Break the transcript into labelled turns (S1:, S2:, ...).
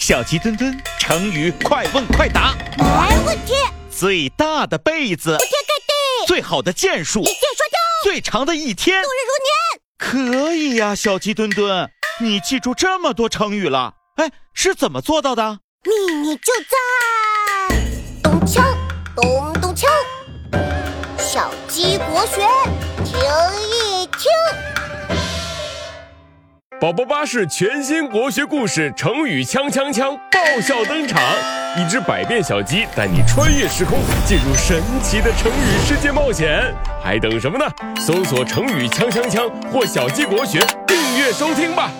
S1: 小鸡墩墩成语快问快答：
S2: 来，我贴，
S1: 最大的被子，
S2: 贴盖地，
S1: 最好的剑术
S2: 一，箭说中，
S1: 最长的一天。
S2: 度日如年。
S1: 可以呀、小鸡墩墩，你记住这么多成语了？哎，是怎么做到的？
S2: 秘密就在咚锵咚咚锵，小鸡国学听一听。
S3: 宝宝巴士全新国学故事《成语锵锵锵》爆笑登场，一只百变小鸡带你穿越时空，进入神奇的成语世界冒险。还等什么呢？搜索“成语锵锵锵”或“小鸡国学”，订阅收听吧。